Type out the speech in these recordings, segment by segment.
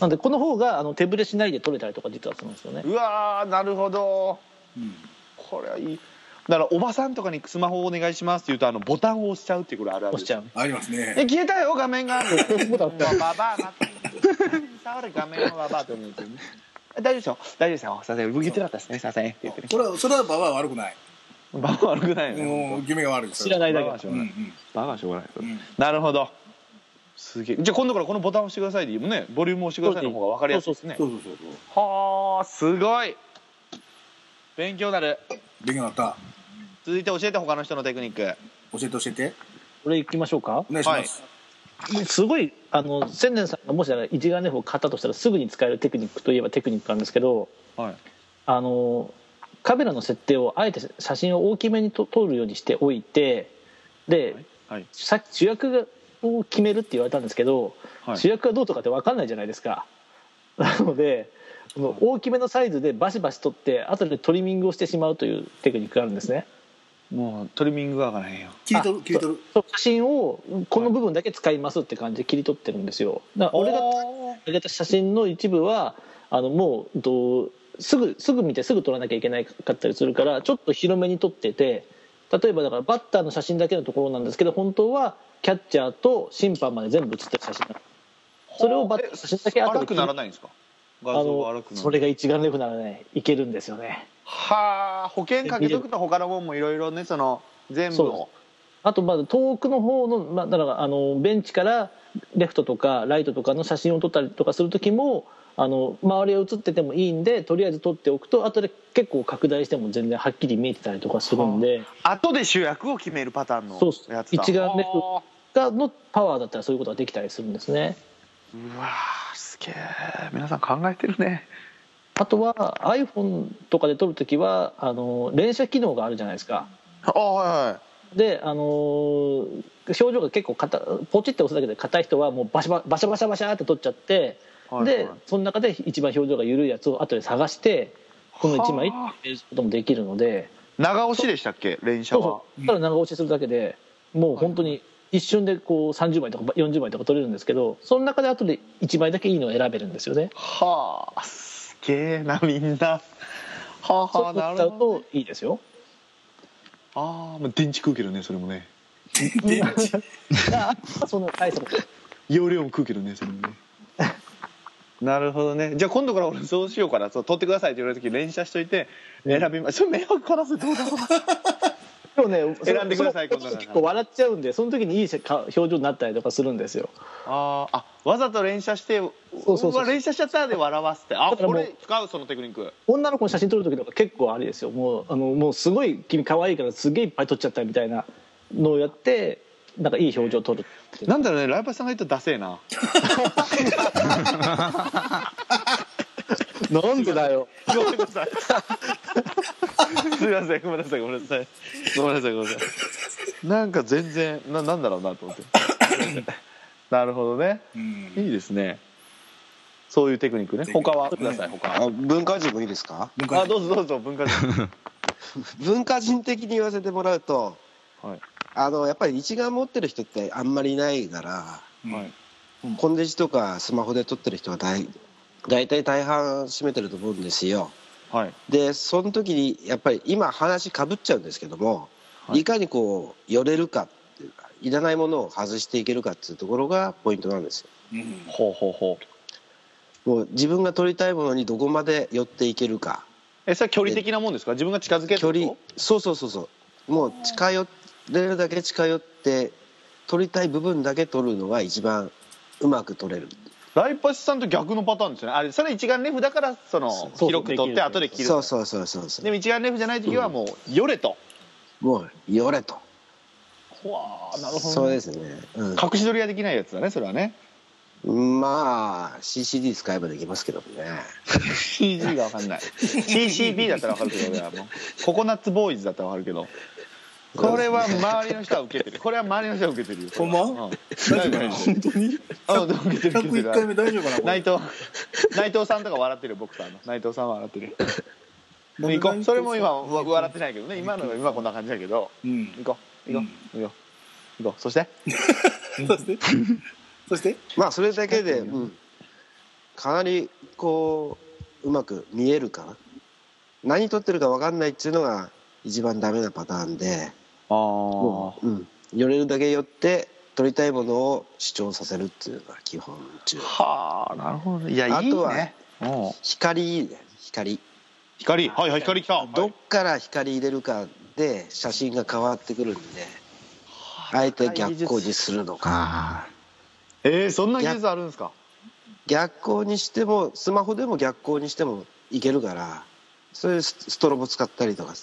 なんでこの方があの手ぶれしないで取れたりとか実はするんですよねうわーなるほどうんこれはいいだからおばさんとかにスマホをお願いしますって言うとあのボタンを押しちゃうってこれあるある押しちゃうありますねえ消えたよ画 面がそうだったババアが触る画面はババアと思うんですよね大丈夫ですよ大丈夫ですよすいません僕言ってなかったですねすいませんって言ってねそれはそれはババア悪くないババア悪くないよねもう本夢が悪いです知らないだけババアだはしうょんうがうないん当バカしょうがない、うんなるほどすげえじゃあ今度からこのボタンを押してくださいでいいもんねボリュームを押してくださいの方が分かりやすいですねそうそうそうそうはあすごい勉強になる勉強になった続いて教えて他の人のテクニック教えて教えてこれいきましょうかお願いします、すごいあの千年さんがもしあの一眼レフを買ったとしたらすぐに使えるテクニックといえばテクニックなんですけどはいあのカメラの設定をあえて写真を大きめにと撮るようにしておいてで、はいさっき主役を決めるって言われたんですけど、はい主役がどうとかって分かんないじゃないですか なのでこの大きめのサイズでバシバシ撮って後でトリミングをしてしまうというテクニックがあるんですねもうトリミングが分からへんよ切り取る切り取るそう写真をこの部分だけ使いますって感じで切り取ってるんですよだから俺が上げた写真の一部はあのもうどうすぐすぐ見てすぐ撮らなきゃいけなかったりするからちょっと広めに撮ってて例えばだからバッターの写真だけのところなんですけど本当はキャッチャーと審判まで全部写ってる写真なのそれをバッターの写真だけ荒くならないないんですかあ画像が荒のくなそらないれが一眼レフならねいけるんですよねはあ保険かけとくと他のもんもいろいろねその全部をあとまだ遠くの方の、まあ、だからあのベンチからレフトとかライトとかの写真を撮ったりとかする時もあの周りが写っててもいいんでとりあえず撮っておくと後で結構拡大しても全然はっきり見えてたりとかするんで後で主役を決めるパターンのそうっすやつだ一眼レフはがのパワーだったらそういうことができたりするんですね。あうわーすげえ皆さん考えてるねあとは iPhone とかで撮る時はあの連写機能があるじゃないですか。あはいはいであのー表情が結構硬ポチって押すだけで硬い人はもうバシババシャバシャバシャって撮っちゃって、はいではいその中で一番表情が緩いやつを後で探してこの1枚はあっていうこともできるので長押しでしたっけ連射そうそはうただ長押しするだけでもう本当に一瞬でこう30枚とか40枚とか撮れるんですけどその中で後で1枚だけいいのを選べるんですよね。はあすげえなみんなはあそうはやあって使なるうほどといいですよ。ああもう電池食うけどねそれもね 電池そんな大したこと容量も食うけどねそれもね なるほどねじゃあ今度から俺そうしようかなそう取ってくださいって言われた時連写しといて選びますそ れ迷惑からせどうだろうなでもね、選んでくださいその今度は結構笑っちゃうんで、その時にいい表情になったりとかするんですよ。あーあわざと連写してうそうそうそうわ連写しちゃったで笑わせてあだからこもうれ使うそのテクニック女の子の写真撮る時とか結構あれですよもうあのもうすごい君可愛いからすげえいっぱい撮っちゃったみたいなのをやってなんかいい表情を撮るっていうなんだろうねライバーさんが言ったらダセえ ななんでだよごめんなさい。すみません、ごめんなさい、ごめんなさい。ごめんなさい、ごめんなさい。なんか全然、な、なんだろうなと思って。 なるほどね。うんいいですね。そういうテクニックね。他は。ください、他。あ文化人もいいですか文化あ、どうぞ、どうぞ、文化人。文化人的に言わせてもらうとはい。あのやっぱり一眼持ってる人ってあんまりいないからうんはいコンデジとかスマホで撮ってる人が大大体大半占めてると思うんですよはい。でその時にやっぱり今話かぶっちゃうんですけども、はいい、かにこう寄れるかっていうかいらないものを外していけるかっていうところがポイントなんですようんほうほうほう。もう自分が撮りたいものにどこまで寄っていけるかえ、それは距離的なもんですか。自分が近づける。距離。そうそうそうそうもう近寄れるだけ近寄って撮りたい部分だけ撮るのが一番うまく撮れるライパシさんと逆のパターンですよね。あれ、それ一眼レフだから、そのそうそう広く取できって、る後で切る。そうそうそうそうそでうも一眼レフじゃない時は、もう、よれと。もう寄れとほわあ、なるほどね。そうですね、う隠し撮りができないやつだねそれはねん、まあ CCD 使えばできますけどもね CG がわかんない CCB だったらわかるけど俺はもうココナッツボーイズだったらわかるけどこれは周りの人は受けてるこれは周りの人は受けてるよほんまうん大丈夫本当にうん受けてる受け101て回る目大丈夫かなこ内れ藤内藤さんとか笑ってるよ僕さんの内藤さんは笑ってるもう行こうそれも今わ笑ってないけどね今の今こんな感じだけどうん行こう行こう行こう行こうそして そしてそしてまあそれだけで、うん、かなりこううまく見えるかな何撮ってるか分かんないっていうのが一番ダメなパターンであもーう、うん、寄れるだけ寄って撮りたいものを主張させるっていうのが基本中はあなるほどねいやあいいとはねうん光いいね光光はいはい光来たどっから光入れるかで写真が変わってくるんであえて逆光にするのかえー、そんな技術あるんですか逆光にしてもスマホでも逆光にしてもいけるからそういうスストロボ使ったりとか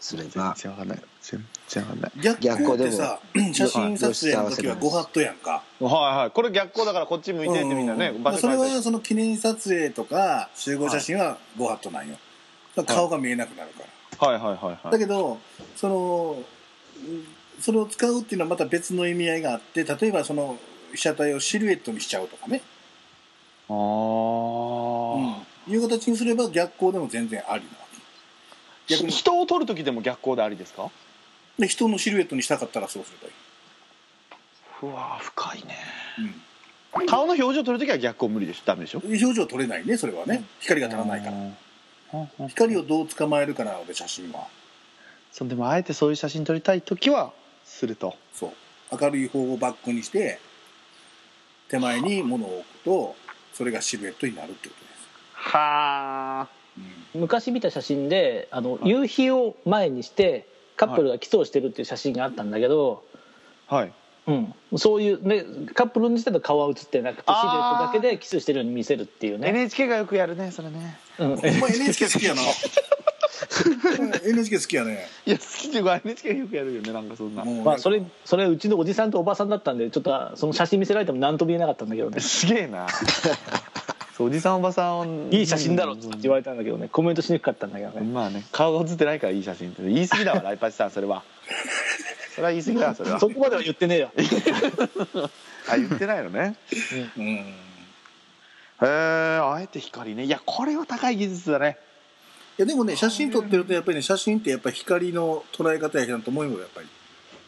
すれば然わかんない全然わかんない逆光ってさ写真撮影の時はご法度やんかはいはいこれ逆光だからこっち向いてってみんなね、うん場所それ変えたはりその記念撮影とか集合写真はご法度なんよ、顔が見えなくなるから、はいはいはいはだいけどそのうんそれを使うっていうのはまた別の意味合いがあって例えばその被写体をシルエットにしちゃうとかね、あうんー、いう形にすれば逆光でも全然ありなわけ逆ひに人を撮る時でも逆光でありですか で人のシルエットにしたかったらそうすればいいうわ深いねうん顔の表情撮る時は逆光無理でしょダメでしょ表情取れないねそれはね光が足らないからら光をどう捕まえるかなので写真はそうでもあえてそういう写真撮りたい時はするとそう明るい方をバックにして手前に物を置くとそれがシルエットになるってことですはあ昔見た写真であの夕日を前にしてカップルがキスをしてるっていう写真があったんだけど、はいうん、そういう、ね、カップルにしてた顔は写ってなくてシルエットだけでキスしてるように見せるっていうね、 NHK がよくやるねそれねうん、お 前 NHK 好きやな NHK 好きやねいや好きっていうか NHK がよくやるよねなんかそんなもうまあ、それそれはうちのおじさんとおばさんだったんでちょっとその写真見せられても何とも言えなかったんだけどねすげえな そうおじさんおばさんをいい写真だろとかって言われたんだけどねコメントしにくかったんだけどね まあね顔が写ってないからいい写真って言い過 ぎだわライパチさんそれはそれは言い過ぎだわそれはそこまでは言ってねえよ あ言ってないのねうんへえあえて光ねいやこれは高い技術だねいやでもね写真撮ってるとやっぱりね写真ってやっぱり光の捉え方やけどと思うよやっぱり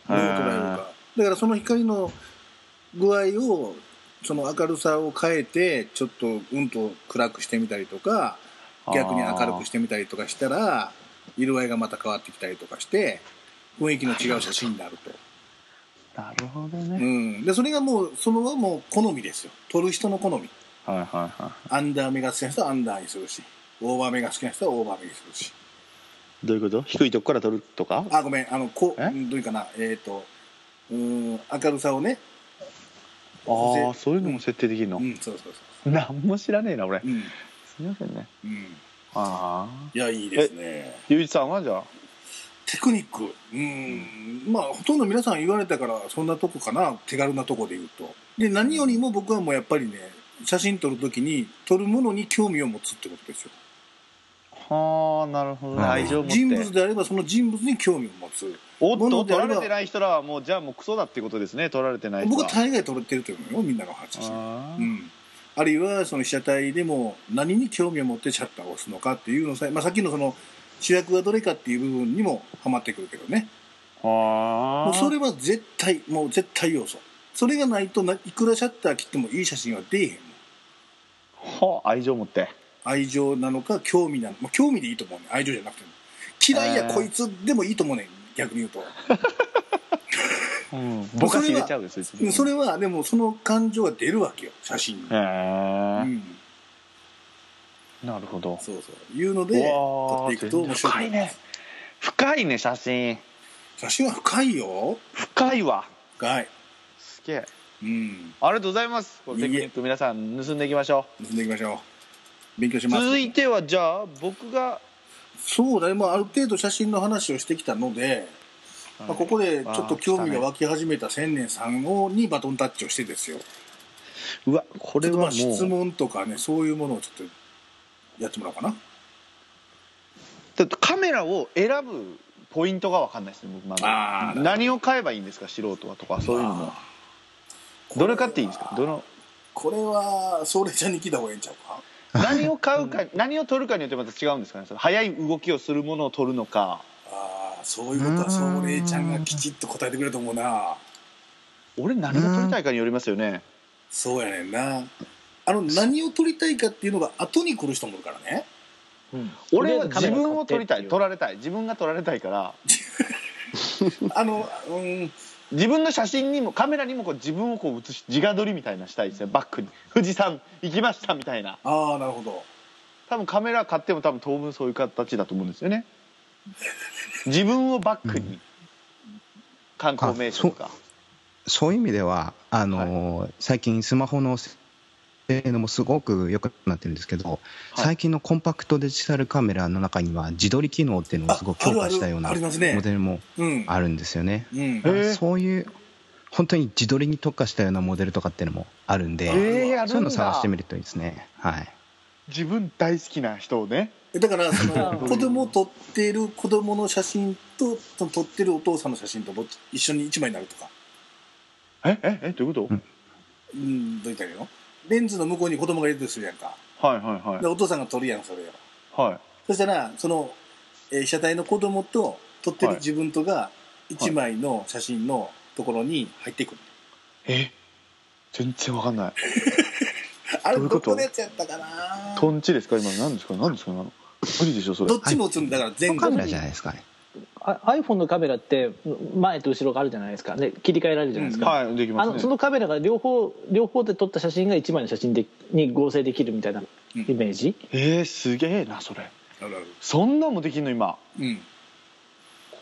どう捉えるかだからその光の具合をその明るさを変えてちょっとうんと暗くしてみたりとか逆に明るくしてみたりとかしたら色合いがまた変わってきたりとかして雰囲気の違う写真になると、てなるほどね、うん、でそれがもうそのはもう好みですよ撮る人の好みはいはいはアンダー目が好きな人はアンダーにするしオーバー目が好きな人はオーバー目にするしいどういうこと低いとこから撮るとかあごめんあのこうえうんどういうかなえっ、とうーん明るさをねあーそういうのも設定できるのう、んそうそうそなんも知らねえな俺ううんすみませんねうんああいやいいですねゆういちさんはじゃあテクニックうんまあほとんど皆さん言われたからそんなとこかな手軽なとこで言うとで何よりも僕はもうやっぱりね写真撮るときに撮るものに興味を持つってことですよはあなるほどねうん愛情を持って人物であればその人物に興味を持つおっ物とであ取らればれてない人らはもうじゃあもうクソだってことですね取られてない人僕はは大概撮れてると思うよみんなの話してあうーん、あるいはその被写体でも何に興味を持ってシャッターを押すのかっていうのさえ、まあ、さっきのその主役はどれかっていう部分にもはまってくるけどねはもあうそれは絶対もう絶対要素それがないとないくらシャッター切ってもいい写真は出えへんもんはあ愛情を持って愛情なのか興味なのか、まあ、興味でいいと思うね愛情じゃなくても嫌いやえーこいつでもいいと思うねん逆に言うとぼかし入れちゃうよそいつうんそれはでもその感情が出るわけよ写真に、へうえん、なるほどそうそういうので撮っていくと面白い深いね深いね写真写真は深いよ深いわ深いすげえうんありがとうございますこのテクニック皆さん盗んでいきましょ進んでいきましょう勉強しうます続いてはじゃあ僕がそうだねまあある程度写真の話をしてきたので、まあ、ここでちょっと興味が湧き始めた千年さんをにバトンタッチをしてですようわこちょれっとまあは質もう問とかねそういうものをちょっとやってもらおうかなちょっとカメラを選ぶポイントが分かんないですね僕まだあー何を買えばいいんですか素人はとかそういうのもどれ買っていいんですかどのこれはそれちゃんに聞いた方がいいんちゃうか何を買うか何を取るかによってまた違うんですかねその早い動きをするものを取るのかああそういうことはそれちゃんがきちっと答えてくれると思うな俺何が取りたいかによりますよねそうやねんなあの何を撮りたいかっていうのが後に来る人もいるからね俺は自分を撮りたい撮らられたい自分が撮られたいからあの、うん、自分の写真にもカメラにもこう自分をこう写し自画撮りみたいなしたいですねバックに富士山行きましたみたいなああなるほど多分カメラ買っても多分当分そういう形だと思うんですよね自分をバックに観光名所とかそういう意味ではあのー最近スマホの性能もすごく良くなってるんですけど、最近のコンパクトデジタルカメラの中には自撮り機能っていうのをすごく強化したようなああるあるありますねモデルもうんあるんですよね。うんえーそういう本当に自撮りに特化したようなモデルとかっていうのもあるんで、えー、やそうるいうんの探だしてみるといいですね。はい。自分大好きな人をねだからその うん子供を撮ってる子供の写真とその撮ってるお父さんの写真とどっち一緒に一枚になるとかえええどういうこと、んうんどう言ったらいいのレンズの向こうに子供がいるとするやんかはいはいはいでお父さんが撮るやんそれをはいそしたらその、えー被写体の子供と撮ってるはい自分とが一枚の写真のところに入ってくる、え全然わかんないあれどういうどことこのやつやったかなトンチですか今の何ですか何ですか今の無理でしょそれどっちも映るんだから全カ部メラじゃないですかね。 iPhone のカメラって前と後ろがあるじゃないですかね切り替えられるじゃないですか、はいできまあのすそねのカメラが両方両方で撮った写真が一枚の写真でに合成できるみたいなイメージ、えー、すげえなそれあるあるそんなんもできんの今うん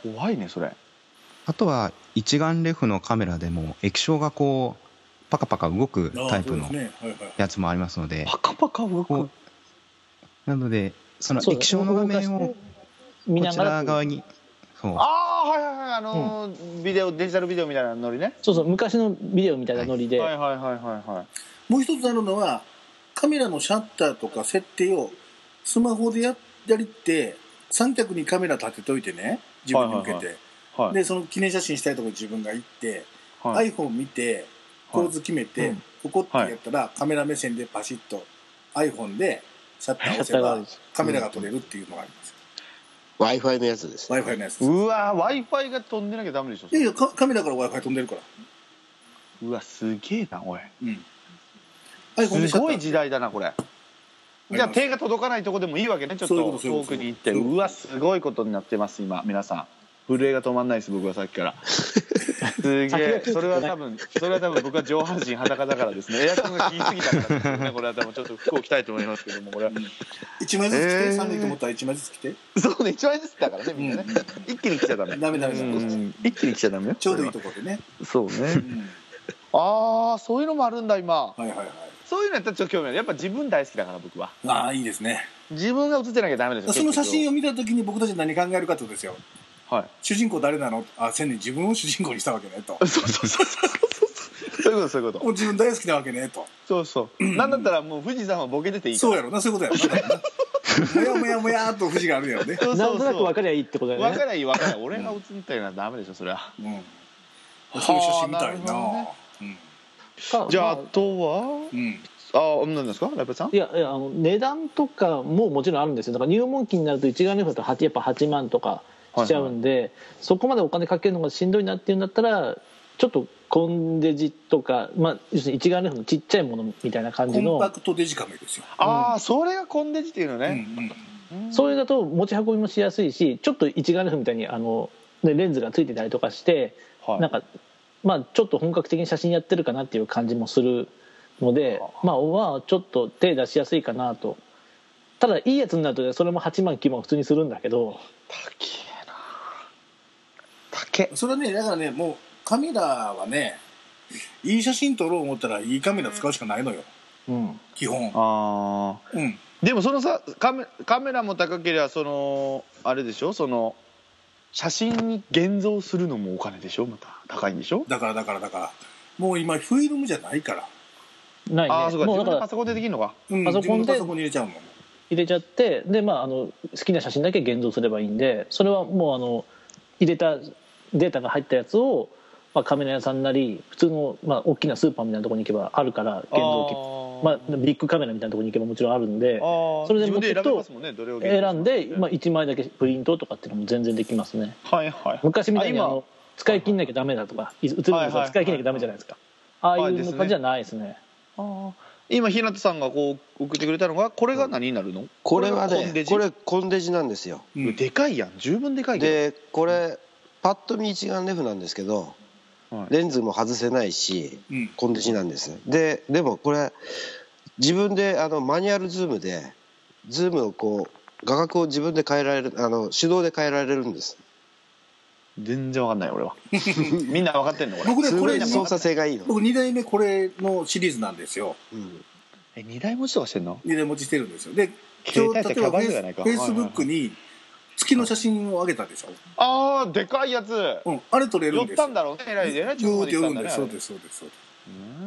怖いねそれあとは一眼レフのカメラでも液晶がこうパカパカ動くああタイプのそうですねはいはいやつもありますので、パカパカ動くこうなのでそのそう液晶の画面動かをして見こなちがらら側にそうああはいはいはいあのービデオデジタルビデオみたいなノリねそうそう昔のビデオみたいなノリで、はいはいはいはいはいもう一つあるのはカメラのシャッターとか設定をスマホでやったりって三脚にカメラ立てといてね自分に向けて、はいははいでその記念写真したいところに自分が行って、はい iPhone 見て構図決めて、うんここってやったら、カメラ目線でパシッと iPhone でシャッターを押シせャッターがあるばんですカメラが撮れるっていうのがあります、 Wi-Fi のやつです w ね i f i のやつですうわ w i f i が飛んでなきゃダメでしょいやいやカカメラから w i f i 飛んでるから、うわすげえなおいうん、iPhone でシすャッごターい時代だなこれじゃあ手が届かないとこでもいいわけねちょっそういうこととそういう遠ことくに行ってそういうことうわすごいことになってます今皆さん震えが止まんないです僕はさっき からすげえそれは多分それは多分僕は上半身裸だからですねエアコンが効きすぎたからですねこれは多分ちょっと服を着たいと思いますけども これは1枚ずつ着て、えー寒いと思ったら1枚ずつ着てそうね一枚ずつだからねみんなね一気に来ちゃダメ ダメダメダメうん一気に来ちゃダメよちょうどいいところでね、そううねん、ああそういうのもあるんだ今はいはいはいそういうのやったらちょっと興味あるやっぱ自分大好きだから僕はああいいですね自分が写ってなきゃダメですよその写真をを見た時に僕たち何考えるかってことですよはい主人公誰なのあ千年自分を主人公にしたわけねとそうそうそうそうそうそういうことそういう こともう自分大好きなわけねとそうそうなんだったらもう富士山はボケてていいかそうらやろなそういうことやろなもやもやもやっと富士があるやろね、そうなんとなく分かかりゃいいってことだよ分ねからいい分からい俺が写ってのはダメでしょそれ はうん、そういう写真見たいなはかじゃああまとはうん、うん、あ何ですかラペさんいやいやあの値段とかももちろんあるんですよだから入門機になると一眼レフだと8やっぱ8万とかしちゃうんで、そこまでお金かけるのがしんどいなっていうんだったらちょっとコンデジとか、まあ、要するに一眼レフのちっちゃいものみたいな感コじンパのクトデジカメですよ、ああそれがコンデジっていうのうんうねん、それだと持ち運びもしやすいしちょっと一眼レフみたいにあのねレンズがついてたりとかして、はいなんか、まあ、ちょっと本格的に写真やってるかなっていう感じもするので、まあ、まあちょっと手出しやすいかなとただいいやつになるとねそれも8万9万普通にするんだけど高えな高えそれはねだからねもうカメラはねいい写真撮ろう思ったらいいカメラ使うしかないのようん基本ああうんでもそのさカメカメラも高ければそのあれでしょその写真に現像するのもお金でしょまた高いんでしょだからだからだからもう今フィルムじゃないから、ないねああそうかも自うだ分かでらパソコンでできるのかうん、パソコンで自分のパソコンに入れちゃうもん入れちゃってで、まあ、あの好きな写真だけ現像すればいいんでそれはもうあの入れたデータが入ったやつを、まあ、カメラ屋さんなり普通の、まあ、大きなスーパーみたいなところに行けばあるから現像機まあ、ビッグカメラみたいなところに行けばもちろんあるんであーそれで自持っ分てでく選とべますもんねどれを現像する選かんで、まあ、1枚だけプリントとかっていうのも全然できますねはいはい昔みたいにああの使い切んなきゃダメだとかい映るのはいはいが使い切んなきゃダメじゃないですかああはいいうの感じじゃないですね今あー今日向さんがこう送ってくれたのがこれが何になるの、これはこれがコンデねジこれコンデジなんですようんでかいやん十分でかいけどでこれパッと見一眼レフなんですけど、はいレンズも外せないしうんコンデジなんですででもこれ自分であのマニュアルズームでズームをこう画角を自分で変えられるあの手動で変えられるんです全然わかんない俺はみんなわかってんのこれ僕ねすこごれい操作性がいいの、僕2代目これのシリーズなんですようんえ二台持ちとかしてんの2台持ちしてるんですよで携今帯っ日て例えカばバフンじゃェないイスかフェイスブックに月の写真を上げたでしょ、ああでかいやつうん、あれ撮れる寄っんですたよんだろうねえらいえらい言うて寄るんですそうすですそうですそうです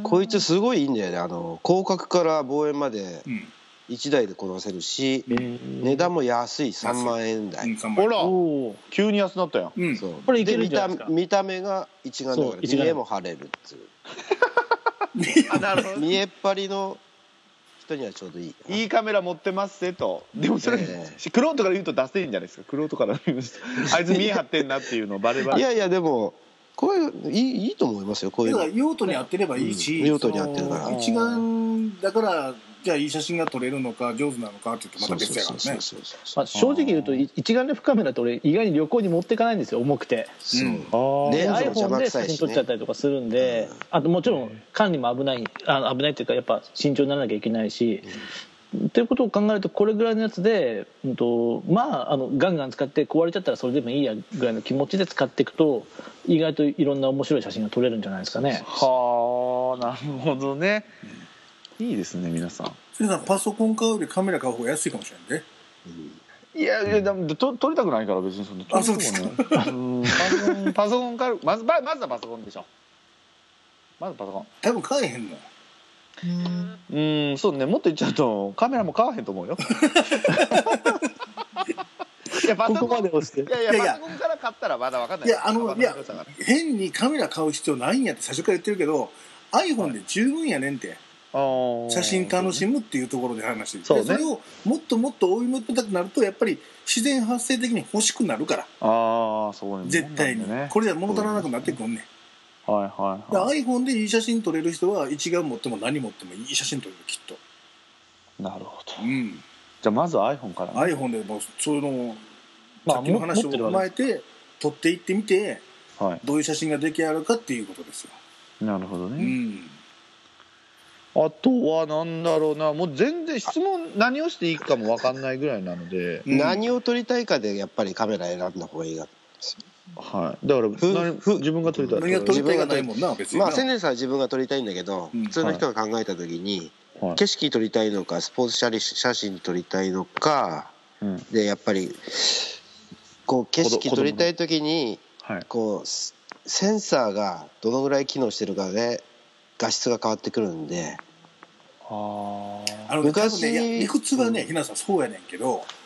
こいつすごいいいんだよねあの広角から望遠までうん1台でこなせるし値値段も安い3万円う台、んほ3枚らおー急に安なったやんうんそうこれいけるんじゃないですか見た見た目が一眼だかそうら一眼見だえも張れるっていうあなるほ見えっ張りの人にはちょうどいいいいカメラ持ってますせとでもそれ、えクロートから言うと出せんじゃないですかクロートから 言うとあいつ見え張ってんなっていうのバレバいレやいやでもこれいいいいと思いますよこういだうからの用途に合ってればいいし、うん用途に合ってるからその一眼だからじゃあいい写真が撮れるのか上手なのかって言ってまた別やからねそうそうそまあ、正直言うとい一眼レフカメラって俺意外に旅行に持ってかないんですよ重くてそううんあレンズでも邪 iPhone 魔でくさ写いしね真撮っちゃったりとかするんで、あともちろん管理も危ないあ危ないっていうかやっぱ慎重にならなきゃいけないし、っていうことを考えるとこれぐらいのやつで、うん、とまああのガンガン使って壊れちゃったらそれでもいいやぐらいの気持ちで使っていくと意外といろんな面白い写真が撮れるんじゃないですかね。はあなるほどねいいですね皆さんそれさんパソコン買うよりカメラ買う方が安いかもしれないねいやいやでもと撮りたくないから別にそんなあそうですかうんパソコンパソコンからまずままずはパソコンでしょまずパソコン多分買えへんのようんそうねもっと言っちゃうとカメラも買わへんと思う よいやパソコン押していやいやパソコンから買ったらまだわかんないいやあのパソコンから買ったら変にカメラ買う必要ないんやって最初から言ってるけど iPhone で十分やねんって、あー写真楽しむっていうところで話でそうねそれをもっともっと追い求めたくなるとやっぱり自然発生的に欲しくなるからああそういう絶対に、もんなんだねこれじゃ物足らなくなってくんねんはいはいだはから iPhone でいい写真撮れる人は一眼持っても何持ってもいい写真撮れるきっと、いなるほどうん、じゃあまずは iPhone から、 iPhone でもうそういうのをまあさっきの話持をってる踏わまけえて撮っていってみてはどういう写真が出来上がるかっていうことですよ、いなるほどうね、ん、あとはなんだろうなもう全然質問何をしていいかもわかんないぐらいなので、うん何を撮りたいかでやっぱりカメラ選んだ方がいいがはいだからふ何自分が撮りたい何が撮りたいがないもんな別になまあ千年さんは自分が撮りたいんだけどうん普通の人が考えた時にはい景色撮りたいのかスポーツ写り写真撮りたいのかうんでやっぱりこう景色撮りたい時にはいこうセセンサーがどのぐらい機能してるかで画質が変わってくるんでああのね昔多分ねいや理屈はねうんひなさんそうやねんけど、ええ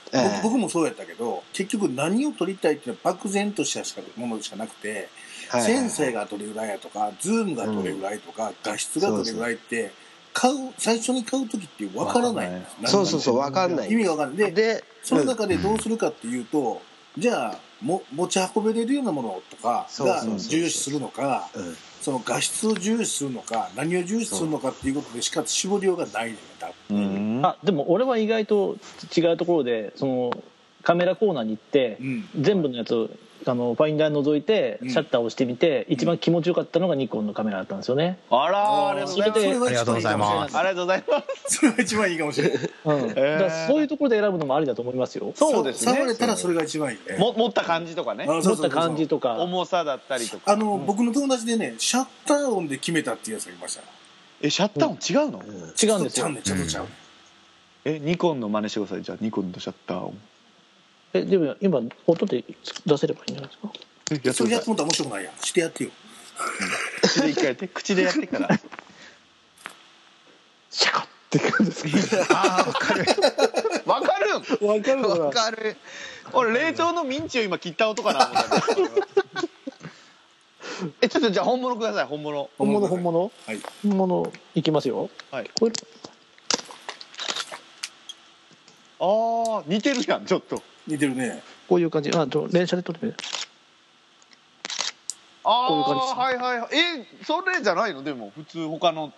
僕僕もそうやったけど結局何を撮りたいっていうのは漠然としたしかものしかなくて、はいセンサーがどれぐらいやとかズームがどれぐらいとか、画質がどれぐらいって買う最初に買う時って分からないんですわかんない何そうそうそうわかんない意味が分かんないででその中でどうするかっていうと、じゃあも持ち運べれるようなものとかそうそうがそうそう重視するのかうんその画質を重視するのか何を重視するのかっていうことでしか絞りようがないのよ多分。ーうんあでも俺は意外と違うところでそのカメラコーナーに行って、うん全部のやつをあのファインダー覗いてうんシャッターを押してみて、一番気持ちよかったのがニコンのカメラだったんですよね、あらーありがとうございそれでますありがとうございまありがとうございますそれが一番いいかもしれない。うんだからそういうところで選ぶのもありだと思いますよそうですね触れたらそれが一番いいね。も持った感じとかねあ持った感じ。とか重さだったりとかあの、僕の友達でね、シャッター音で決めたっていうやつがいました。えシャッター音違うの、違うんですちょっとちゃうよね、ちょっとちゃうね。えニコンの真似してくださいじゃあニコンとシャッター音えでも今音で出せればいいんじゃないですかえやってそくれやださってもらったら面白くないやん。してやってよ。い口で一回やって口でやってからシャカって感じですかああわかるわかるわかるわかる俺霊長のミンチを今切った音かな思ったんだけどえちょっとじゃあ本物ください本物本物本物はい。本物いきますよはいこれあー似てるやんちょっと似てるね。こういう感じあちょ連写で撮ってみるあこういう感じですあはいはいはいえそれじゃないのでも普通他の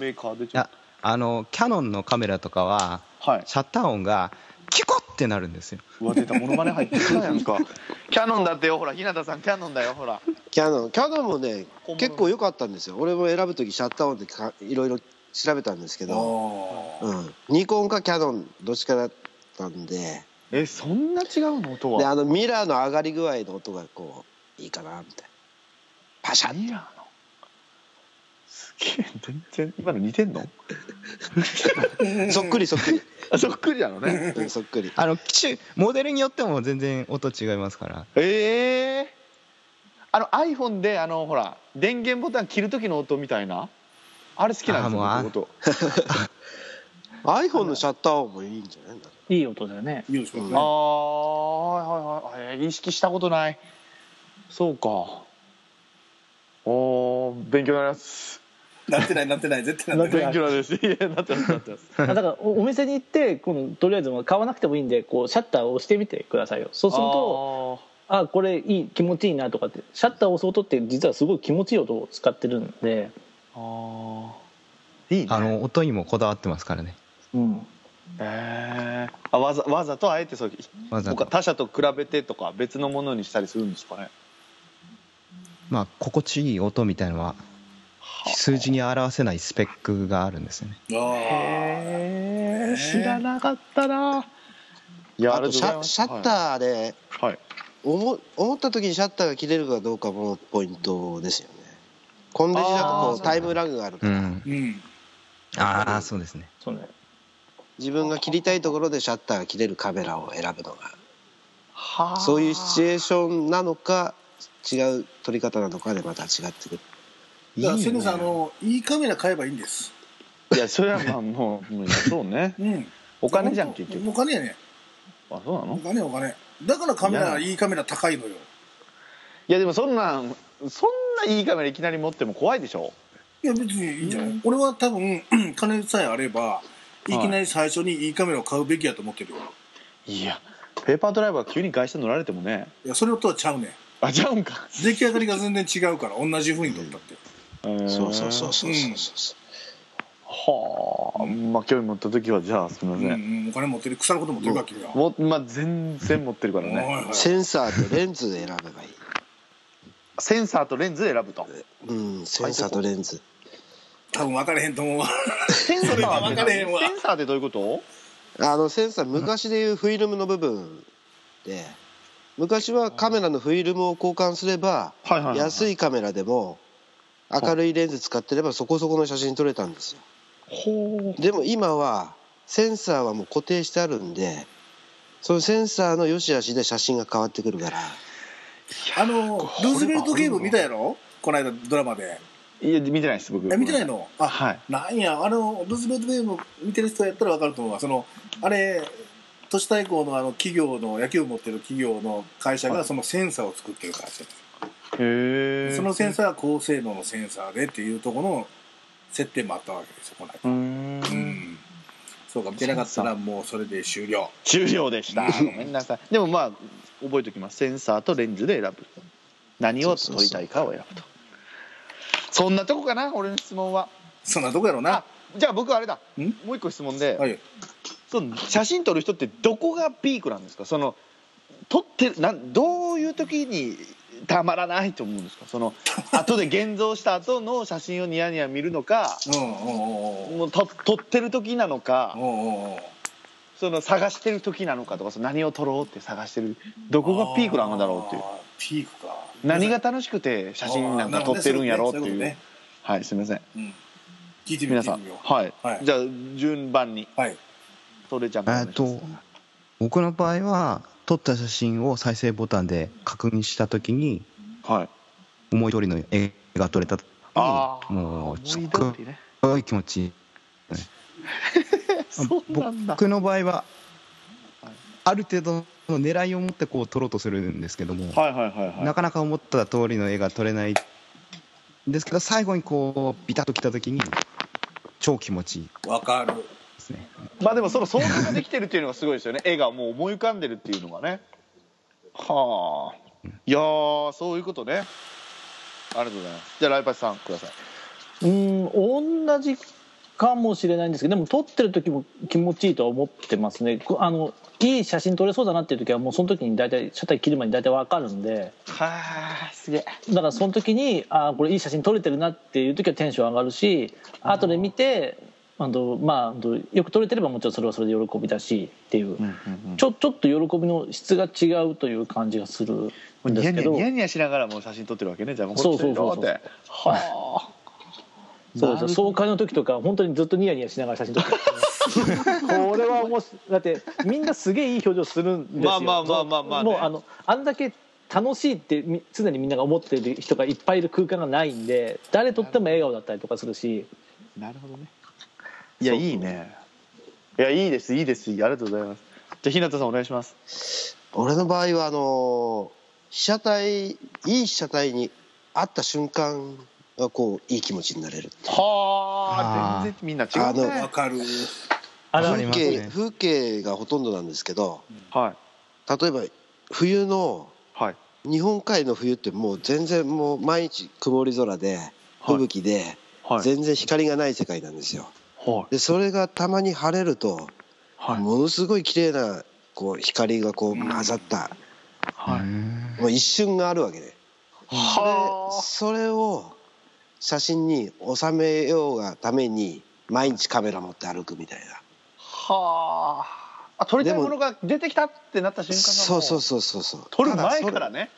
メーカーでちょっああのキャノンのカメラとかははいシャッター音がキュコってなるんですようわ出たモノマネ 入ってきたやんかキャノンだってよほら日向さんキャノンだよ ほらキャノンキャノンもね本物結構良かったんですよ俺も選ぶ時シャッター音でかいろいろ調べたんですけど、あうん、ニコンかキャノンどっちかだったんでえそんな違うの音ではあのミラーの上がり具合の音がこういいかなみたいなパシャッミラーのすげえ全然今の似てんのそっくりそっくり、あそっくりなのねうん、そっ くりあの機種モデルによっても全然音違いますからええあの iPhone であのほら電源ボタン切る時の音みたいなあれ好きなんですよあーもうあ僕音 iPhone のシャッター音もいいんじゃないんだいい音だよねいいですよあーねはいはいはいえー意識したことないそうかおー勉強になりますなってないなってない絶対なってな勉い強になりますいやなってますなって ます あだからおお店に行ってこのとりあえず買わなくてもいいんでこうシャッターを押してみてくださいよそうするとあこれいい気持ちいいなとかってシャッターを押す音って実はすごい気持ちいい音を使ってるんで、あーあーいいねあの音にもこだわってますからねうん、えー、あわざわざとあえてそうわざと他他社と比べてとか別のものにしたりするんですかねまあ心地いい音みたいのは数字に表せないスペックがあるんですよねあへー知らなかったないやあとシャシャッーターで、はい、はい思思った時にシャッターが切れるかどうかもポイントですよねコンデジだとあこーうタイムラグがあるかうら、んうんああそうですねそうね自分が切りたいところでシャッターが切れるカメラを選ぶのがはあそういうシチュエーションなのか違う撮り方なのかでまた違ってくるだからいいねセネさんあのいいカメラ買えばいいんですいやそれはまあもうもうそうねうんお金じゃん結局お金やねあそうなおの金お金だからカメいやラいいカメラ高いのよいやでもそんなんそんないいカメラいきなり持っても怖いでしょいや別にいいんじゃない、俺は多分 金さえあればいきなり最初にいいカメラを買うべきやと思ってるよいやペーパードライバー急に外車乗られてもねいやそれとはちゃうねんあちゃうんか出来上がりが全然違うから同じ風に撮ったってそうそうそううそうそうそうはあまあ興味持った時はじゃあすみまうせん、ん、うん、お金持ってる腐ること持ってるか君はもまあ、全然持ってるからねおいおいセンサーとレンズで選べばいいセンサーとレンズで選ぶとうんセンサーとレンズ多分分かれへんと思うわセンサーはっ分てかれへんわセンサーってどういうことあのセンサー昔でいうフィルムの部分で昔はカメラのフィルムを交換すればはいはいはい安いカメラでも明るいレンズ使ってればそこそこの写真撮れたんですよほでも今はセンサーはもう固定してあるんでそのセンサーの良し悪しで写真が変わってくるからあのルーズベルトゲーム見たやろこの間ドラマでういや見てないです僕え見てないのあ、はいなんやあのルーズベルトゲーム見てる人やったら分かると思うわそのあれ都市対抗のあの企業の野球部持ってる企業の会社がそのセンサーを作ってる会社へえそのセンサーは高性能のセンサーでっていうところの設定もあったわけですよこの間うーんうんそうか見てなかったらもうそれで終了終了でしたごめんなさいでもまあ覚えておきますセンサーとレンズで選ぶ何を撮りたいかを選ぶとそんなとこかな俺の質問はそんなとこやろなあじゃあ僕あれだんもう一個質問で、はいその写真撮る人ってどこがピークなんですかその撮ってるなんどういう時にたまらないと思うんですかそ の後で現像した後の写真をニヤニヤ見るのかうんうんうんもうと撮ってる時なのかうんうんうんその探してる時なのかとかその何を撮ろうって探してるどこがピークなんだろうっていうあーピークか何が楽しくて写真なんか撮ってるんやろうってあーなるほいうどねそういうことねはいすみませんうん聞いてみよ皆う聞さいんてみようはい、はいじゃあ順番にはい撮れちゃんえからおー願っいしますと僕の場合は撮った写真を再生ボタンで確認した時にはい思い通りの絵が撮れた時あーにもうすっ思いご通りねい気持ちいいそうなんだ僕の場合はある程度の狙いを持ってこう撮ろうとするんですけども、はいはいはいはいなかなか思った通りの絵が撮れないんですけど最後にこうビタッときた時に超気持ちいいわかるですねまあでもその想像ができてるっていうのがすごいですよね絵がもう思い浮かんでるっていうのがねはあいやーそういうことねありがとうございますじゃあライパチさんくださいうん同じかもしれないんですけどでも撮ってる時も気持ちいいとは思ってますねこあのいい写真撮れそうだなっていう時はもうその時に大体車体切る前に大体分かるんではあすげえだからその時にあーこれいい写真撮れてるなっていう時はテンション上がるし後で見てあの、まああの、よく撮れてればもちろんそれはそれで喜びだしっていう、ちょちょっと喜びの質が違うという感じがするんニでヤすニけヤどニヤニヤしながらもう写真撮ってるわけねじゃあもうそうそうそうこっちでどってはそうですよなるほど総会の時とか本当にずっとニヤニヤしながら写真撮ってますねこれは面白いだってみんなすげえいい表情するんですよまあまあまあまあまあねもうあのあんだけ楽しいってみ常にみんなが思ってる人がいっぱいいる空間がないんで誰撮っても笑顔だったりとかするしあなるほどねいやいいねいやいいですいいですありがとうございますじゃあ日向さんお願いします俺の場合はあの被写体いい被写体に会った瞬間がこういい気持ちになれるはああー全然みんな違あうのわねかる。あわかのり風ます景,、ね風景がほとんどなんですけどはい例えば冬のはい日本海の冬ってもう全然もう毎日曇り空で吹雪で、はい全然光がない世界なんですよはいでそれがたまに晴れると、はいものすごい綺麗なこう光がこう混ざった、はいうーんもう一瞬があるわけでそれはあそれを写真に収めようがために毎日カメラ持って歩くみたいなはああ撮りたいものが出てきたってなった瞬間がそうそううそうそうそう撮るただ前それからね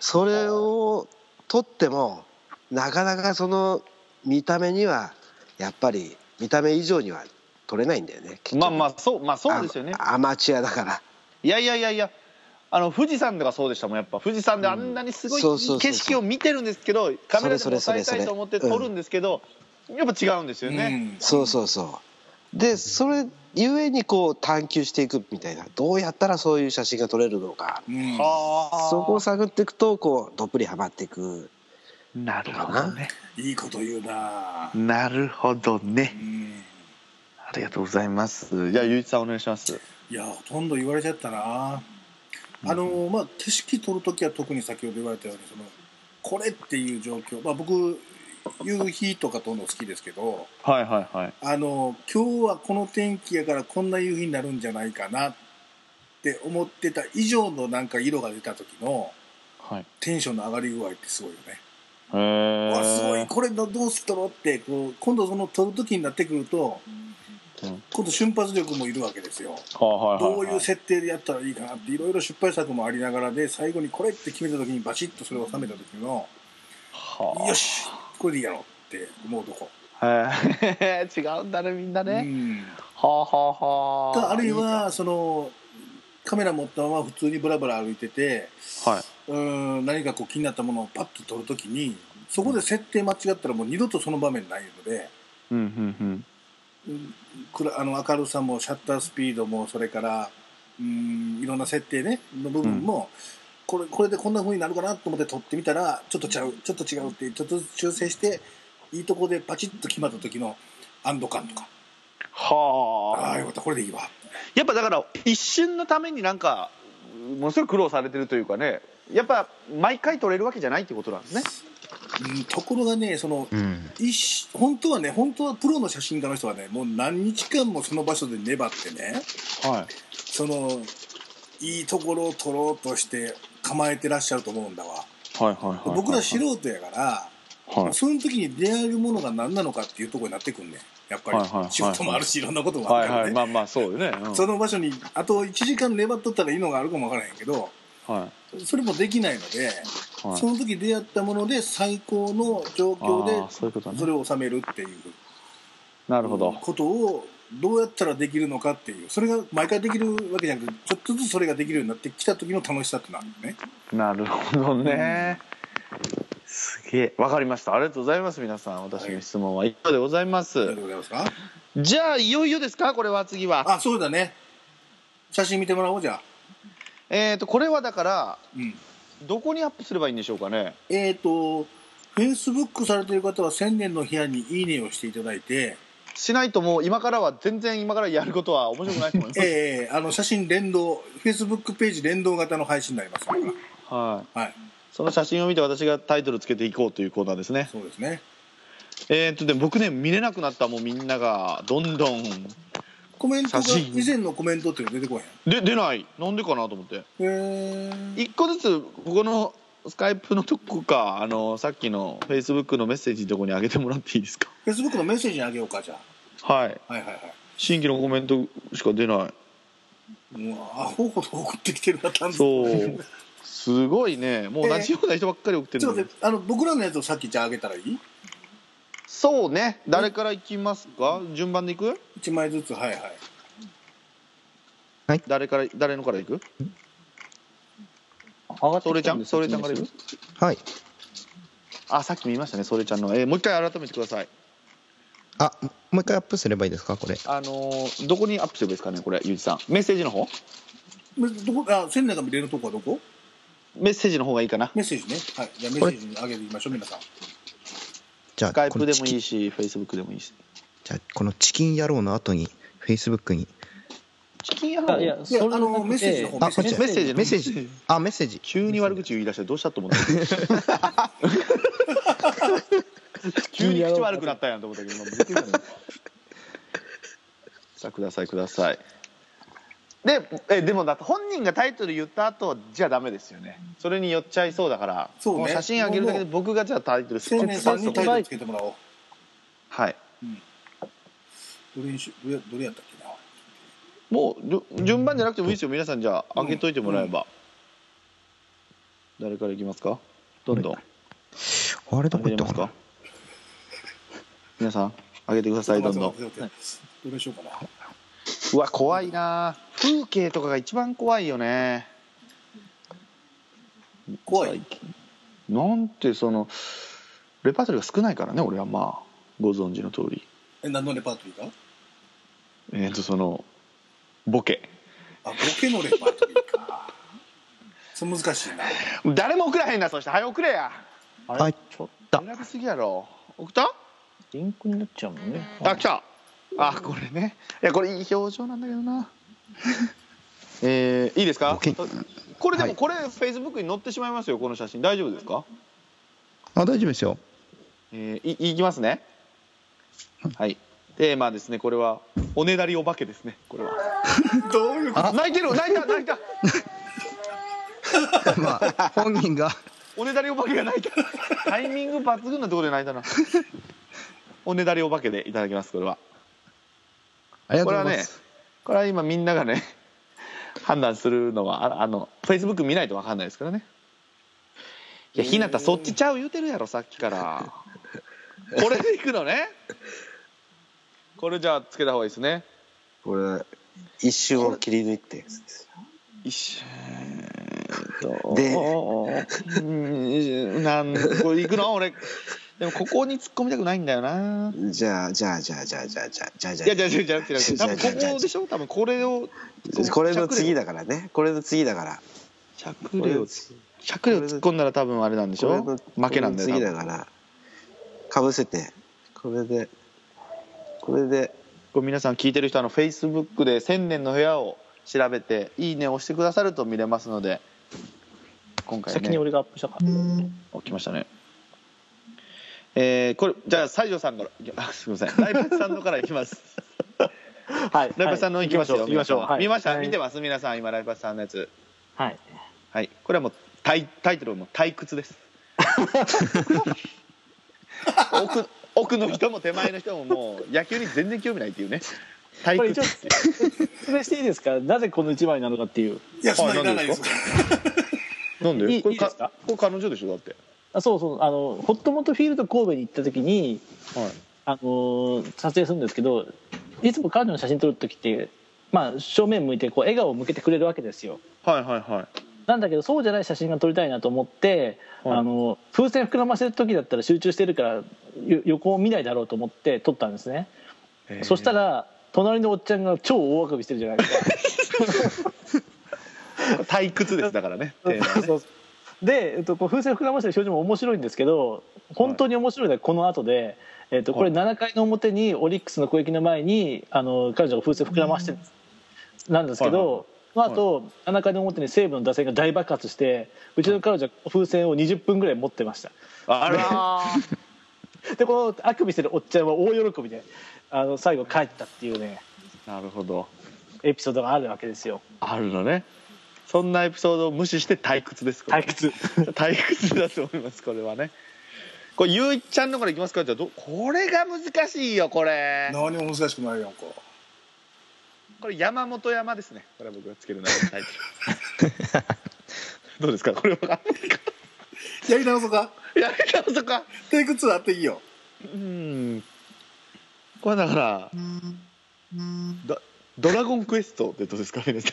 それを撮ってもなかなかその見た目にはやっぱり見た目以上には撮れないんだよね結局まあまあそうまあそうですよねアアマチュアだからいやいやいやいやあの富士山とかそうでしたもんやっぱ富士山であんなにすごいそうそうそうそう景色を見てるんですけどカメラでそもれそ抑れえそたれいと思って撮るんですけどやっぱ違うんですよね、そうそうそうでそれゆえにこう探求していくみたいなどうやったらそういう写真が撮れるのかうん。うん。はあそこを探っていくとこうどっぷりハマっていくなるほどねいいこと言うな。なるほどうねん。ありがとうございますじゃあゆういちさんお願いしますいや、ほとんど言われちゃったな。あの、まあ、景色撮るときは特に先ほど言われたように、その、これっていう状況。まあ、僕、夕日とか撮るの好きですけど、はいはいはいあの、今日はこの天気やからこんな夕日になるんじゃないかなって思ってた以上のなんか色が出た時のはいテンションの上がり具合ってすごいよね。へえわすごいこれどどうすったのってこう今度その撮る時になってくると、うん今度瞬発力もいるわけですよ、はいはいどはういいう設定でやったらいいかなっていろいろ失敗作もありながらで最後にこれって決めた時にバシッとそれを収めた時のはあよしこれでいいやろって思うとこ、へえ 違うんだねみんなうね、んはあはあはたああるいはそのカメラ持ったまま普通にブラブラ歩いててはいうーん何かこう気になったものをパッと撮る時にそこで設定間違ったらもう二度とその場面ないので。うんうん暗あの明るさもシャッタースピードもそれからうんいろんな設定、ね、の部分も、これこれでこんな風になるかなと思って撮ってみたらちょっと違うちょっと違うってちょっとずつ修正していいとこでパチッと決まった時の安堵感とかはあああよかったこれでいいわやっぱだから一瞬のためになんかものすごい苦労されてるというかねやっぱ毎回取れるわけじゃないってことなんですねうんところがねその、うん一本当はね本当はプロの写真家の人はねもう何日間もその場所で粘ってねはいそのいいところを撮ろうとして構えてらっしゃると思うんだわはいは僕ら素人やからはいその時に出会えるものが何なのかっていうところになってくんねやっぱはいはいはいり仕事もあるしいろんなこともはあるいからはいまねあまあそうよね、うんその場所にあと1時間粘っとったらいいのがあるかもわからへんけどはそれもできないのでいはいその時出会ったもので最高の状況あーでそういうことそねれを収めるっていうなるほど、ことをどうやったらできるのかっていうそれが毎回できるわけじゃなくてちょっとずつそれができるようになってきた時の楽しさってなるよねなるほどね、すげえわかりましたありがとうございます皆さん私の質問は以上でございまありがすとうございますかじゃあいよいよですかこれは次はあそうだね写真見てもらおうじゃあえっ、とこれはだからうんどこにアップすればいいんでしょうかねえっ、と、フェイスブックされてる方は千年の部屋にいいねをしていただいて、しないともう今からは全然今からやることは面白くないと思 います、えーあの写真連動、フェイスブックページ連動型の配信になりますから、はいはい、その写真を見て私がタイトルつけていこうというコーナーですねそうですね。えーっとでも僕ね見れなくなったもうみんながどんどんコメントが写真以前のコメントっていうの出てこで出ないなんでかなと思ってへんへー一個ずつここのスカイプのとこかあのさっきのフェイスブックのメッセージのとこに上げてもらっていいですか Facebook のメッセージにあげようかじゃはいあはいはいはい新規のコメントしか出ないもうアホほど送ってきてるな単純そうすごいねもう同じような人ばっかり送ってちるょのっにと待ってあの僕らのやつをさっきじゃああげたらいいそうね誰から行きますか順番で行く一枚ずつはいはい誰から誰のから行く上がってそれきちゃたんんですそれちゃんから行くはい。あさっき見ましたねそれちゃんの、えーもう一回改めてくださいあ、もう一回アップすればいいですか、これ。あのーどこにアップすればいいですかねこれゆうじさんメッセージの方めどこあ千年が見れるとこはどこメッセージの方がいいかなメッセージねはいじゃあメッセージにあげてみましょう皆さんじゃあ、スカイプでもいい。いしフェイスブックでもいいしじゃあ、このチキン野郎の後に、Facebook に。チキン野あいやいやそれあのメッセージの方あ、こっちメッセージのメッセージ。あ、メッセージ。急に悪口言い出してどうしたと思った急に口悪くなったやんと思ったけど今びっくりしたねさあくださいくださいでえでもだって本人がタイトル言った後じゃダメですよねそれに寄っちゃいそうだからそうねも写真あげるだけで僕がじゃあタイトル千年さんにタイトルつけてもらおうはいどれにしどれどれやったっけなもうど順番じゃなくてもいいですよ皆さんじゃあ上げといてもらえば、誰からいきますかどんどんあれど上げれこ行ったますかなか皆さん上げてくださいどんどんどどれしようかなうわ怖いな風景とかが一番怖いよね怖いなんてそのレパートリーが少ないからね俺はまあご存知の通りえ何のレパートリーかえっ、とそのボケあボケのレパートリーかそう難しいな誰も送らへんなそして早送れやあはれいちょっだ選びすぎやろ送ったとリンクになっちゃうもんねあ来たあこれねいやこれいい表情なんだけどな えー、いいですかボケこれではもいこれフェイスブックに載ってしまいますよこの写真大丈夫ですかあ、大丈夫ですよ。えーいいきますねはいテーマですねこれはおねだりお化けですねこれはどういうこ泣いてる泣いた泣いたまあ、本人が。おねだりお化けが泣い たタイミング抜群なところで泣いたなおねだりお化けでいただきますこれはありがとこうれはございまねす。これは今みんながね 判断するのはああのフェイスブック見ないと分かんないですからねいやひなたそっちちゃう言うてるやろさっき からこれでいくのねこれじゃあつけた方がいいですねこれ一瞬を切り抜いて一瞬とでうんなんこれいくの俺でもここに突っ込みたくないんだよなじゃあじゃあじゃあじゃあじゃあじゃあじゃあじゃいあやじゃあじゃあじゃあ違う違う多分ここでしょ多分これをこれの次だからねこれの次だから着これれをの突っ込んだら多分あれなんでしょこれの負けなんだよこ多れの次分だからかぶせてこれでこれでこれ皆さん聞いてる人あのフェイスブックで「千年の部屋」を調べて「いいね」を押してくださると見れますので今回先にね俺がアップしたから起きましたねえー、これじゃあ西条さんからいやあすみませんライブさんのからいきますはいライブさんのはいきましょう、行きましょう皆さん見ました、はい見てます皆さん今ライブさんのやつはいはいこれはもうタイタイトルも退屈です 奥奥の人も手前の人ももう野球に全然興味ないっていうね退これ一屈応説明していいですか なぜこの一枚なのかっていういやそんなにいらないですなんでいいこれかいいですかこれ彼女でしょだってあそうそうあのホットモトフィールド神戸に行った時にはいあのー撮影するんですけどいつも彼女の写真撮る時ってまあ正面向いてこう笑顔を向けてくれるわけですよはいはいはいなんだけどそうじゃない写真が撮りたいなと思って、はいあの風船膨らませる時だったら集中してるからよ横を見ないだろうと思って撮ったんですね、そしたら隣のおっちゃんが超大あくびしてるじゃないですか退屈ですだからねテーマは ねそうそうで、えっと、こう風船膨らませる表情も面白いんですけど本当に面白いのはこの後で、えっと、これ7回の表にオリックスの攻撃の前にあの彼女が風船膨らましてるんですなんですけど、その後、7回の表に西武の打線が大爆発してうちの彼女は風船を20分ぐらい持ってましたあらーでこのあくびしてるおっちゃんは大喜びであの最後帰ったっていうねなるほどエピソードがあるわけですよあるのねそんなエピソードを無視して退屈ですこれ退 屈退屈だと思いますこれはねこれゆういちゃんのからいきますかじゃあどこれが難しいよこれ何も難しくないやんかこれ山本山ですねこれは僕がつける名前のタイトル どうですかこれはやり直そうかやり直そうかテイク2あっていいようんこれだからドドラゴンクエストってどうですか皆さん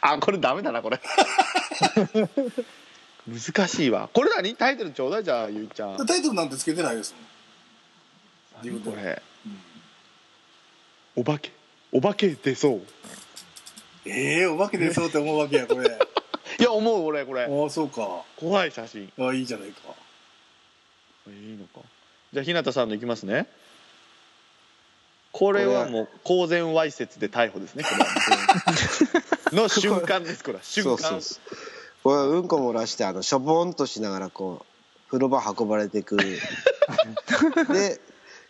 あこれダメだなこれ 難しいわこれ何タイトルちょうだいじゃあゆいちゃんタイトルなんてつけてないですもん自分こでれ、お化けお化け出そうええお化け出そうって思うわけやこれ いや思う俺これああそうか怖い写真あいいじゃないかいいのかじゃあ日向さんのいきますねこれはもう公然わいせつで逮捕ですねこれは の瞬間ですこれは瞬そう間そうそうこれうんこ漏らしてあのしょぼんとしながらこう風呂場運ばれ てくで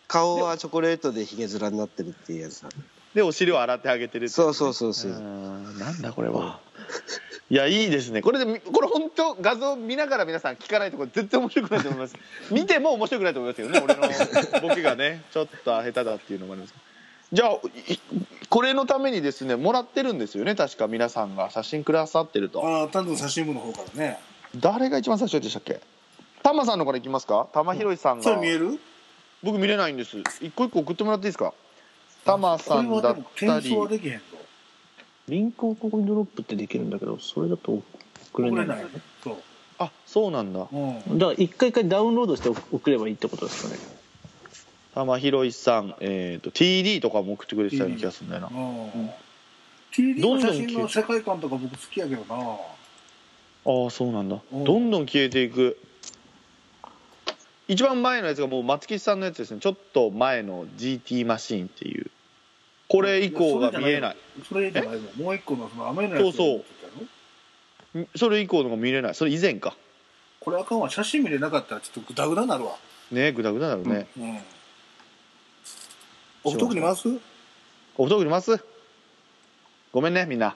顔はチョコレートでひげ面になってるっていうやつだでお尻を洗ってあげてるってそうそうそうそううーんなんだこれはいやいいですねこれでみこれ本当画像見ながら皆さん聞かないとこれ絶対面白くないと思い ます見ても面白くないと思いますけどね俺のボケがねちょっと下手だっていうのもありますじゃあいこれのためにですねもらってるんですよね確か皆さんが写真くださってるとああ単独写真部の方からね誰が一番最初でしたっけタマさんのからいきますか玉ひろしさんそれが見える僕見れないんです一個一個送ってもらっていいですかタマさんだっこれたはでも転送はりできへんぞリンクをここにドロップってできるんだけどそれだと送れ送なれいないよねそうあそうなんだうんだから一回一回ダウンロードして送ればいいってことですかね玉広石さん、えー、と TD とかも送ってくれてたような気がするんだよな、うん、TD どのんどん写消え真の世界観とか僕好きやけどなああそうなんだ、うんどんどん消えていく一番前のやつがもう松木さんのやつですねちょっと前の GT マシーンっていうこれ以降が見えないそれじゃないぞもう一個のその雨のやつそうそう撮ったやろそれ以降のが見れないそれ以前かこれあかんわ写真見れなかったらちょっとグダグダなるわねグダグダだろうね、うんお特に回すお布団送りますごめんねみんな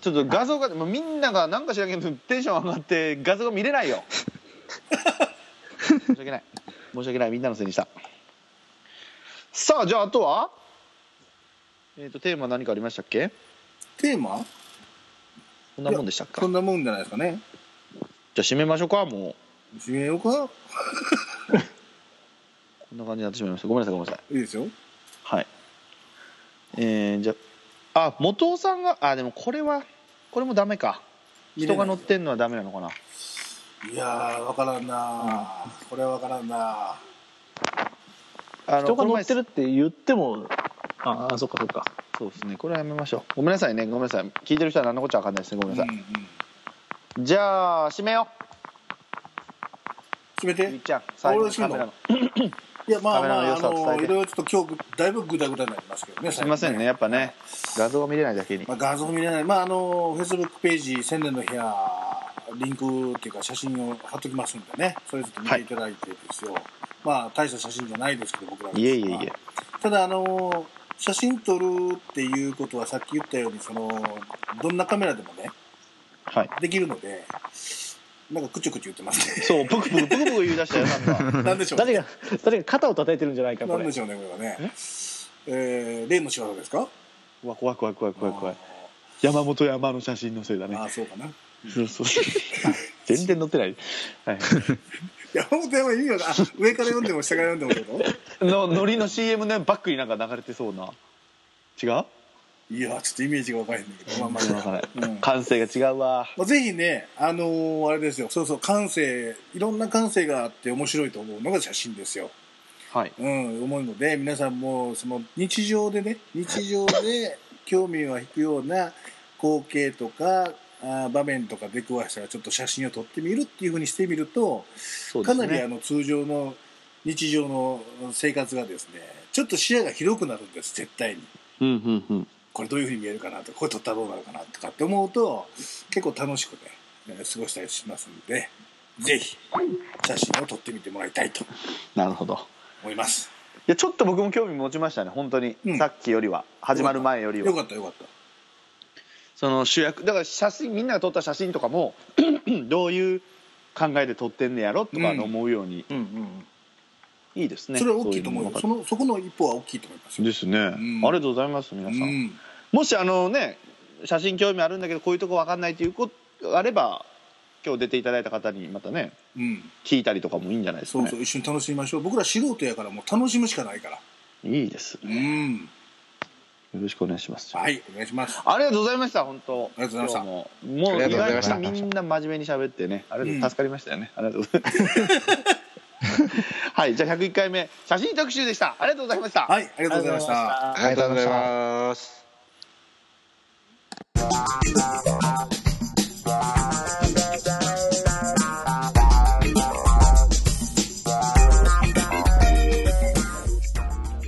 ちょっと画像がもうみんながなんか知らんけどテンション上がって画像が見れないよ申し訳ない申し訳ないみんなのせいにしたさあじゃああとはえっ、とテーマ何かありましたっけテーマこんなもんでしたっかじこゃんなもんじゃないですかねあ締めましょうかも締めようかうこんな感じになってしまいましたごめんなさいごめんなさいいいですよはいえー、じゃああ元尾さんがあでもこれはこれもダメか見れ人ながい乗ってんのはダメなのかないやーわからんなこれはわからんなあの人がこの乗前ってるって言ってもああそっかそっかそうですねこれはやめましょうごめんなさいねごめんなさい聞いてる人は何のこっちゃわかんないですねごめんなさい、じゃあ締めよ決めうゆいてちゃん最後俺のが締カめメラのいやまあカメまラのあ良あさを伝えてのいろいろちょっと今日だいぶグダグダになりますけどねすいませんねやっぱね画像が見れないだけにまあ、画像見れない、まあ、あの、フェイスブックページ、千年の部屋、リンクっていうか写真を貼っときますんでね、それぞれ見ていただいてですよ。まあ、大した写真じゃないですけど、僕らのいえいえいえただ、あの、写真撮るっていうことはさっき言ったように、その、どんなカメラでもね、はいできるので、なんかくちゅくちゅ言ってます ね。そうプクプクプクプク言い出したよなんかなんでしょう誰が誰が肩を叩いてるんじゃないかこなんれでしょうね、これはね。えー、例の仕業ですかうわ怖い怖い怖い怖い怖い山本山の写真のせいだあーあねー、そうかな。そうそう 全然載ってない、はい、山本山意味わかんあ上から読んでも下から読んでもってことのノリの CM ねバックになんか流れてそうな違ういやちょっとイメージがわかんないんだけど、まあわかんまないあ、うんま感性が違うわあ、ぜひね、あのーあれですよ、そうそう、感性、いろんな感性があって面白いと思うのが写真ですよ。はいうん、思うので、皆さんも、その、日常でね、日常で興味が引くような光景とか、あー場面とか出くわしたら、ちょっと写真を撮ってみるっていうふうにしてみると、そうでかすなりねあの、通常の、日常の生活がですね、ちょっと視野が広くなるんです、絶対に。うんうんうんこれどういうふうに見えるかなとかこれ撮ったらどうなるかなとかって思うと結構楽しくねえー過ごしたりしますんでぜひ写真を撮ってみてもらいたいとなるほど思いますいやちょっと僕も興味持ちましたね本当に、うんさっきよりは始まる前よりよはかったよかったその主役だから写真みんなが撮った写真とかも どういう考えで撮ってんねやろとか思うように、うんうんいいですねそれは大きいと思うそよのがそのそこの一歩は大きいと思いますよ、ですね、んありがとうございます皆うさん、ん、もしあのね写真興味あるんだけどこういうとこわかんないということがあれば今日出ていただいた方にまたねうん、聞いたりとかもいいんじゃないですか、そうね、そう一緒に楽しみましょう僕ら素人やからもう楽しむしかないからいいですうよんろしくお願いしますはいお願いしますありがとうございました本当ありがとうございました今日ももあう意りがとうございました外にみんな真面目に喋ってねあれ、うん助かりましたよねありがとうございます はいじゃあ101回目写真特集でしたありがとうございましたはいありがとうございましたありがとうございます。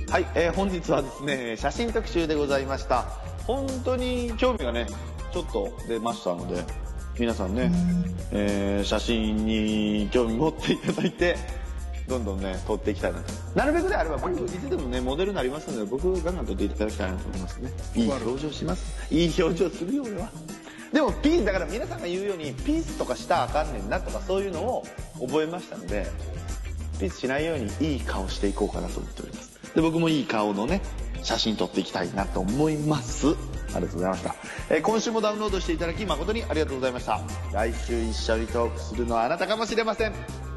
はい、えー本日はですね写真特集でございました本当に興味がねちょっと出ましたので皆さんね、えー写真に興味持っていただいてどんどんね撮っていきたいなとなるべくであれば僕いつでもねモデルになりますので僕ガンガン撮っていただきたいなと思いますねいい表情しますいい表情するよ俺はでもピースだから皆さんが言うようにピースとかしたらあかんねんなとかそういうのを覚えましたのでピースしないようにいい顔していこうかなと思っておりますで僕もいい顔のね写真撮っていきたいなと思いますありがとうございました、えー今週もダウンロードしていただき誠にありがとうございました来週一緒にトークするのはあなたかもしれません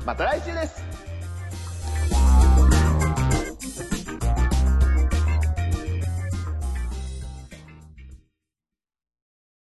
また来週です